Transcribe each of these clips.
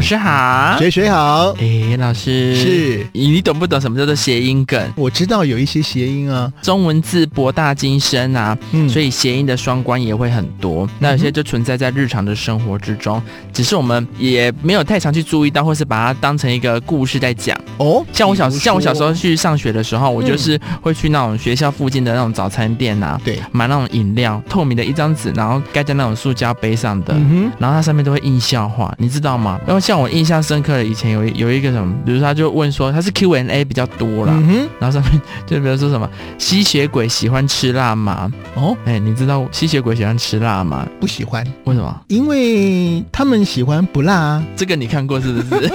师好，嗯学学好。诶，哎老师是你你懂不懂什么叫做谐音梗？我知道有一些谐音啊，中文字博大精深啊，嗯所以以谐音的双关也会很多。那有些就存在在日常的生活之中，只是我们也没有太常去注意到，或是把它当成一个故事在讲。哦，像我小比如说像我小时候，去上学的时候，我就是会去那种学校附近的那种早餐店啊，对，买那种饮料，透明的一张纸，然后盖在那种塑胶杯上的。嗯哼，然后它上面都会印笑话，你知道吗？然后像我印象深刻的，以前有一有一个什么，比如说他就问说他是 Q&A 比较多啦，嗯哼，然后上面就比如说什么吸血鬼喜欢吃辣吗？哦，哎，你知道吸血鬼喜欢吃辣吗？不喜欢，为什么？因为他们喜欢不辣啊。这个你看过是 不是？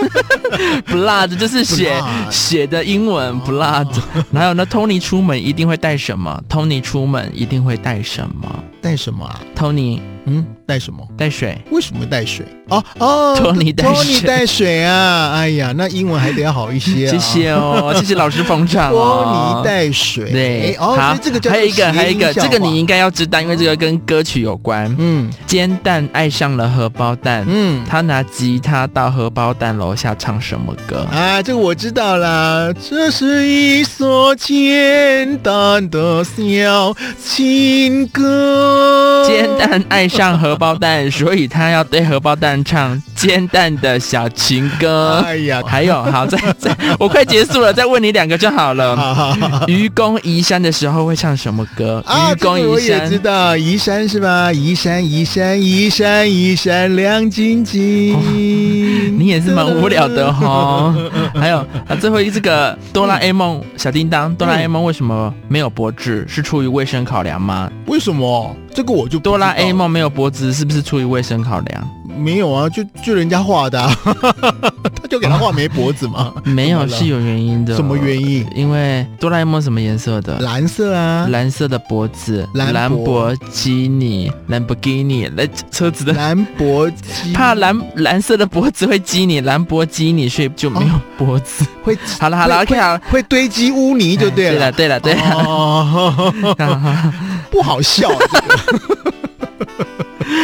不辣的就是血 Blood 血的英哦文不辣的。还有呢，Tony 出门一定会带什么？Tony 出门一定会带什么带什么啊？ ？Tony 嗯，带什么？带水。为什么带水？哦哦，托尼带水托尼带水啊！哎呀，那英文还得要好一 些、啊。谢谢哦，谢谢老师捧场哦。托尼带水。对，哎哦，所好以这个叫做还有一个，还有一个，谐音这笑话个你应该要知道，因为这个跟歌曲有关。啊嗯煎蛋爱上了荷包蛋，嗯他拿吉他到荷包蛋楼下唱什么歌？啊，这个我知道啦。这是一首简单的小情歌。煎蛋爱上荷包蛋，所以他要对荷包蛋唱煎蛋的小情歌。哎呀，还有，好，再再，我快结束了，再问你两个就好了。 好好好愚公移山的时候会唱什么歌？啊，愚公这个我移也知山。道，移山是吧？移山，移山，移山，移山，亮晶晶。你也是蛮无聊的哈。 还有啊，最后一这个哆啦 A 梦小叮当，哆啦 A 梦为什么没有脖子？是出于卫生考量吗？为什么？这个我就不知道哆啦 A 梦没有脖子，是不是出于卫生考量？没有啊，就就人家画的、啊， 他就给他画没脖子 嘛。没有，怎么了是有原因的。哦什么原因？因为哆啦 A 梦什么颜色的？蓝色啊，蓝色的脖子，兰博兰博基尼，兰博基尼，那车子的。蓝脖鸡，怕蓝蓝色的脖子会激你，兰博基尼，所以就没有脖子。会好了好了会，OK 好了，会堆积污泥就对了。哎对了对了哦， 对 了。不好笑。这个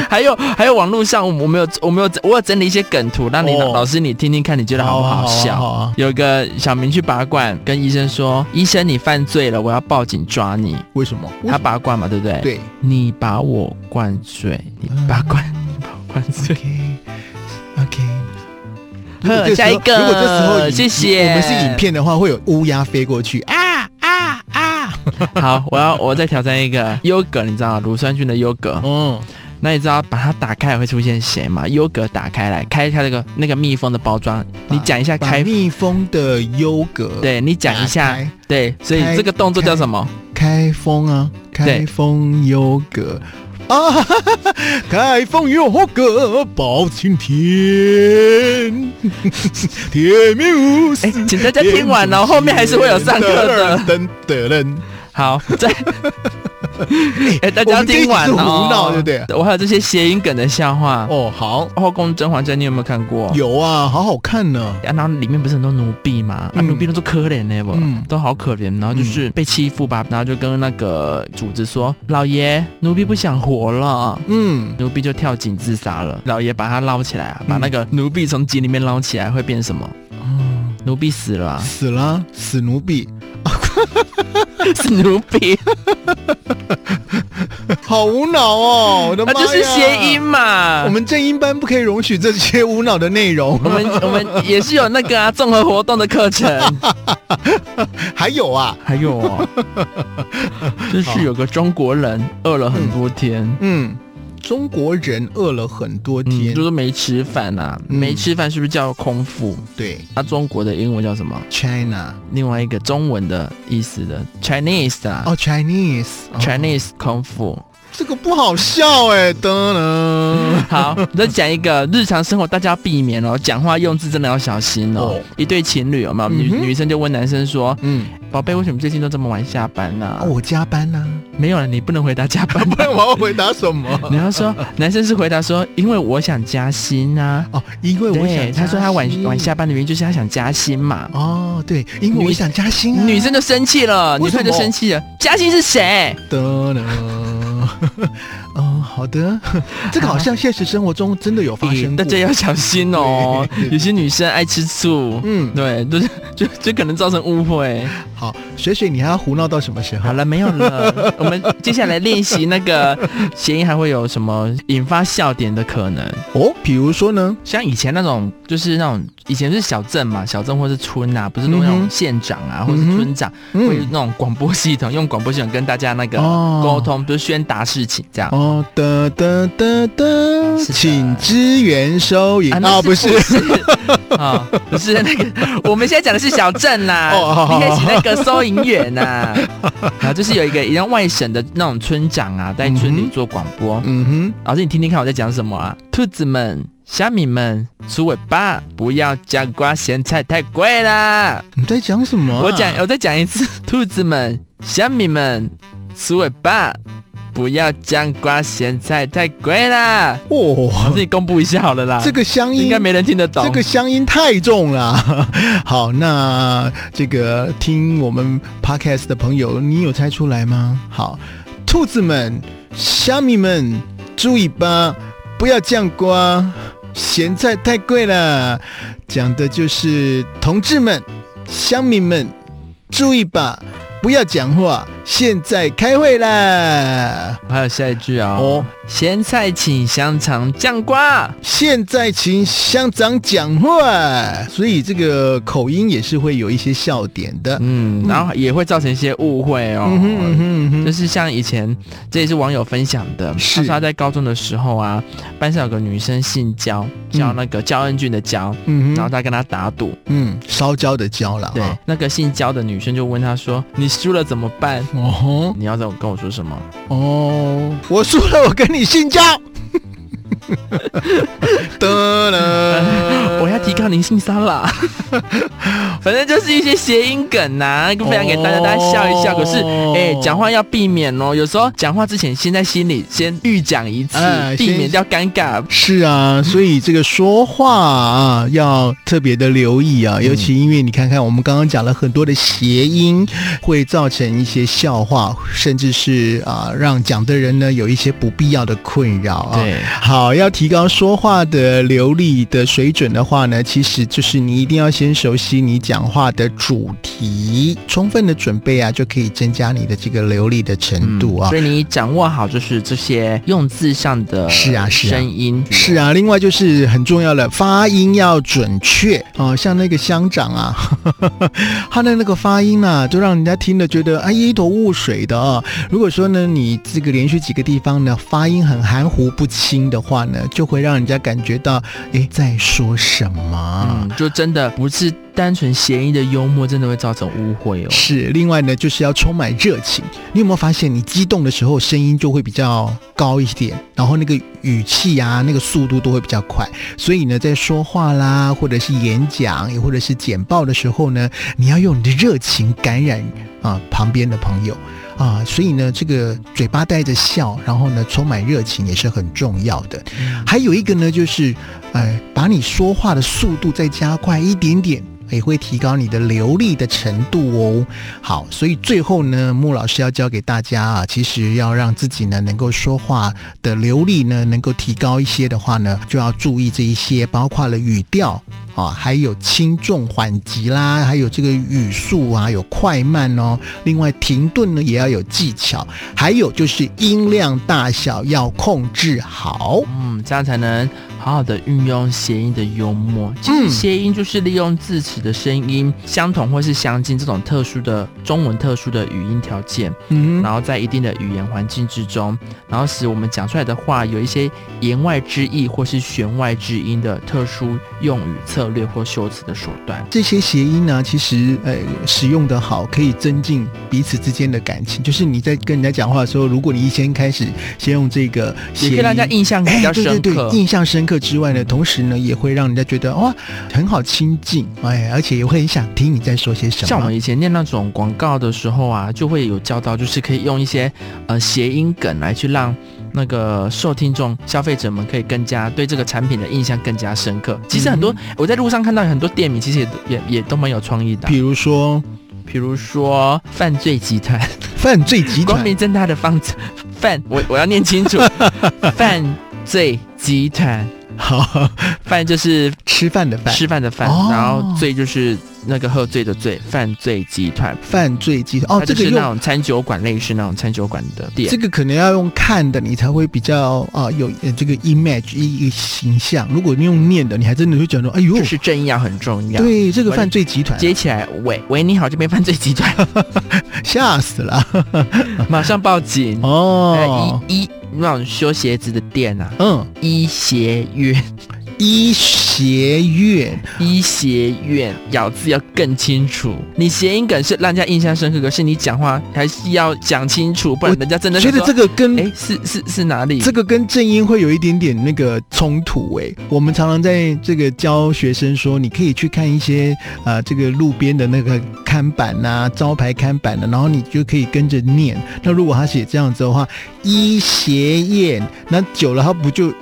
还有还有网络上我们有我们有我有整理一些梗图，让你、哦老师你听听看，你觉得好不好笑？好啊好啊有个小明去拔罐，跟医生说：“医生，你犯罪了，我要报警抓你。为什么？”他拔罐嘛，对不对？，对。嗯你把我灌醉，你拔罐，你把我灌醉。 OK，如果呵，这时下候一个，如果这时候影谢谢。我们是影。片的话，会有乌鸦飞过去啊啊啊！ 好，我要我再挑战一个优格，你知道乳酸菌的优格。嗯，那你知道把它打开会出现谁吗？优格打开来，开一下那个那个密封的包装，你讲一下把开蜜蜂的优格，，对你讲一打下开，对，所以开这个动作叫什么？开封啊，开封优格。啊， 哈哈哈哈开封优格，包青天， 铁面无私哎。，请大家听完哦，后面还是会有上课 的。噔噔噔，好， 再，哎，大家要听完我们这一集是哦，胡闹对不对？我还有这些谐音梗的笑话，哦，好， 《后宫甄嬛传》你有没有看过？有啊，好好看呢。啊。然后里面不是很多奴婢嘛，啊，嗯奴婢都是可怜的不嗯，都好可怜，然后就是被欺负吧，然后就跟那个主子说：“老爷，奴婢不想活了。”嗯，，奴婢就跳井自杀了，老爷把他捞起来啊，把那个奴婢从井里面捞起来会变什么？奴婢死了、啊 死了，死奴婢，是奴婢，好无脑哦！我的那妈啊呀，就是谐音。嘛。我们正音班不可以容许这些无脑的内容我。 们我们也是有那个啊，综合活动的课程，还有啊，还有哦，就是有个中国人饿了很多天，嗯，中国人饿了很多嗯，天就，是没吃饭啊，嗯没吃饭是不是叫空腹？对啊，中国的英文叫什么？ ，China，另外一个中文的意思的 Chinese 啊、哦，Chinese，哦 c h i n e s e 空腹。这个不好笑哎，噔噔，好， 再讲一个日常生活大家要避免哦，讲话用字真的要小心哦。哦一对情侣有没有？女、嗯哼女生就问男生说嗯，：“宝贝，为什么最近都这么晚下班呢、啊我加 班呐，没有了，你不能回答加班。 不然我要回答什么？ 你要说，男生是回答说：“因为我想加薪啊。 哦，因为我对，想，他说他晚晚下。班的原因就是他想加薪嘛。哦，对，因为我女想加薪啊。女生就生气了，女为什生么 就生气了，加薪是谁？的呢？嗯，嗯，好的， 这个好像现实生活中真的有发生咦大过。家要小心哦。有些女生爱吃醋，嗯，对，就是就就可能造成误会。好，水水，你还要胡闹到什么时候好？了，没有了。 我们接下来练习那个谐音，还会有什么引发笑点的可能？哦，比如说呢？像以前那种，就是那种以前是小镇嘛，小镇或是村啊，不是都那嗯种哼县长啊，或是嗯哼村长，嗯会有那种广播系统，用广播系统跟大家那个哦啊沟通，就是宣达事情这样。哦，哒哒哒哒，是的请支援收银啊，哦，那不是是， 啊，不是那个，我们现在讲的是小镇啦 哦好，好你可以请那个收银员 呐，然后就是有一个一样外省的那种村长啊，在村嗯里哼做广播，嗯老师，你听听看我在讲什么啊？兔子们、虾米们、猪尾巴，不要加瓜咸菜，太贵啦！哼，你在讲什么啊、我讲，呃我再讲一次， 兔子们、虾米们、猪尾巴，不要加瓜咸菜，太贵啦！哇、我自己公布一下好了啦，啊哦这个乡音啊应该没人听得懂。这个乡音太重了。 好，那这个听我们 podcast 的朋友，你有猜出来吗？好，兔子们、虾米们，注意吧，不要酱瓜，咸菜太贵了。讲的就是同志们、乡民们，注意吧。不要讲话，现在开会啦！还有下一句啊、哦哦，咸菜请香肠酱瓜，现在请乡长讲话，所以这个口音也是会有一些笑点的。嗯，然后也会造成一些误会哦。嗯哼嗯哼嗯哼，就是像以前，这也是网友分享的，是他说他在高中的时候啊，班上有个女生姓焦，叫那个焦恩俊的焦，嗯然后哼，他跟他打赌，嗯，烧焦的焦了对啊。，那个姓焦的女生就问他说：“你输了怎么 办？”哦吼你要跟我跟我说什么？哦，我输了，我跟你性交。 得 了，我要提高您性骚扰， 反正就是一些谐音梗呐、啊，分享给大家，哦大家笑一笑。可是，哎、讲话要避免哦，有时候讲话之前先在心里先预讲一次，哎避先免掉尴尬。是啊，所以这个说话啊要特别的留意啊，尤其因为你看看我们刚刚讲了很多的谐音，会造成一些笑话，甚至是啊让讲的人呢有一些不必要的困扰啊。。对，好，要提高说话的流利的水准的话呢，其实就是你一定要先熟悉你讲话的主题，充分的准备啊，就可以增加你的这个流利的程度啊。嗯所以你掌握好就是这些用字上的是啊是啊声音是啊，另外就是很重要的发音要准确啊、哦像那个乡长啊， 他的那个发音啊，就让人家听了觉得哎一头雾水的啊、如果说呢，你这个连续几个地方呢发音很含糊不清的话呢，就会让人家感觉到哎在说什么。嗯，就真的不是单纯谐音的幽默，真的会造成误会哦。是，另外呢，就是要充满热情。你有没有发现，你激动的时候声音就会比较高一点，然后那个语气啊，那个速度都会比较快。所以呢，在说话啦，或者是演讲，也或者是简报的时候呢，你要用你的热情感染啊旁边的朋友啊。所以呢，这个嘴巴带着笑，然后呢，充满热情也是很重要的。还有一个呢，就是，呃，把你说话的速度再加快一点点，也会提高你的流利的程度哦。好，所以最后呢，穆老师要教给大家啊，其实要让自己呢能够说话的流利呢，能够提高一些的话呢，就要注意这一些，包括了语调。啊，还有轻重缓急啦，还有这个语速啊，有快慢哦。另外停顿呢也要有技巧，还有就是音量大小要控制好。嗯，这样才能好好的运用谐音的幽默。其实嗯谐音就是利用字齿的声音相同或是相近这种特殊的中文特殊的语音条件，嗯哼然后在一定的语言环境之中，然后使我们讲出来的话有一些言外之意或是弦外之音的特殊用语策略或修辞的手段。这些谐音呢、其实呃使用的好，可以增进彼此之间的感情。就是你在跟人家讲话的时候，如果你先开始先用这个谐也音，可以让人家印象比哎较对深刻。对对，印象深刻之外呢，同时呢也会让人家觉得哇很好亲近，哎，而且也会很想听你在说些什像我么们。以前念那种广告的时候啊，就会有教到，就是可以用一些呃谐音梗来去让那个受听众、消费者们可以更加对这个产品的印象更加深刻。其实很多、嗯我在路上看到很多店名，其实也也也都蛮有创意的啊、比如说比如说犯罪集团，犯罪集光团，明正大的放着犯，我我要念清 楚，犯罪集团，好，犯就是 吃饭的饭，吃饭的饭，哦然后醉就是那个喝醉的醉，犯罪集团。犯罪集团哦，它这就个是那用种餐酒馆，类似那种餐酒馆的店这。个可能要用看的，你才会比较啊、有呃这个 image 一一个形象。如果你用念的，你还真的会觉得，哎呦就，是正义要很重要。对这个我犯罪集团啊接起来，喂喂，你好，这边犯罪集 团，吓死了马上报警。哦呃，。一一那种修鞋子的店啊，嗯，医鞋院， 医学院医鞋院，咬字要更清楚。你谐音梗是让人家印象深刻，可是你讲话还是要讲清楚，不然我人家真的觉得这个，个跟、哎，是是是哪里？这个跟正音会有一点点那个冲突诶、我们常常在这个教学生说，你可以去看一些呃这个路边的那个看板呐、招牌看板啊的，然后你就可以跟着念。那如果他写这样子的话，医学院，那久了他不就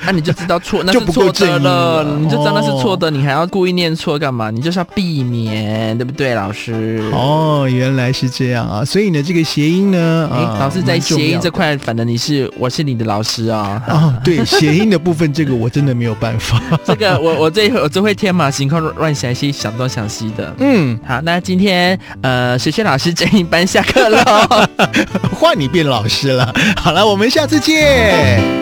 那、啊你就知道错，那 就是不错的够正义了，了哦你就知道那是错的，你还要故意念错干嘛？你就是要避免，对不对，老师？哦，原来是这样啊！所以呢，这个谐音呢，哎、啊老师在蛮重谐音要这的块，反正你是我是你的老师啊、 哦。啊，对谐音的部分，这个我真的没有办法。这个我我最我最会天马行空乱想一些想东想西的。嗯，好，那今天呃，学学老师这一班下课喽。换你变老师了。好了，我们下次见。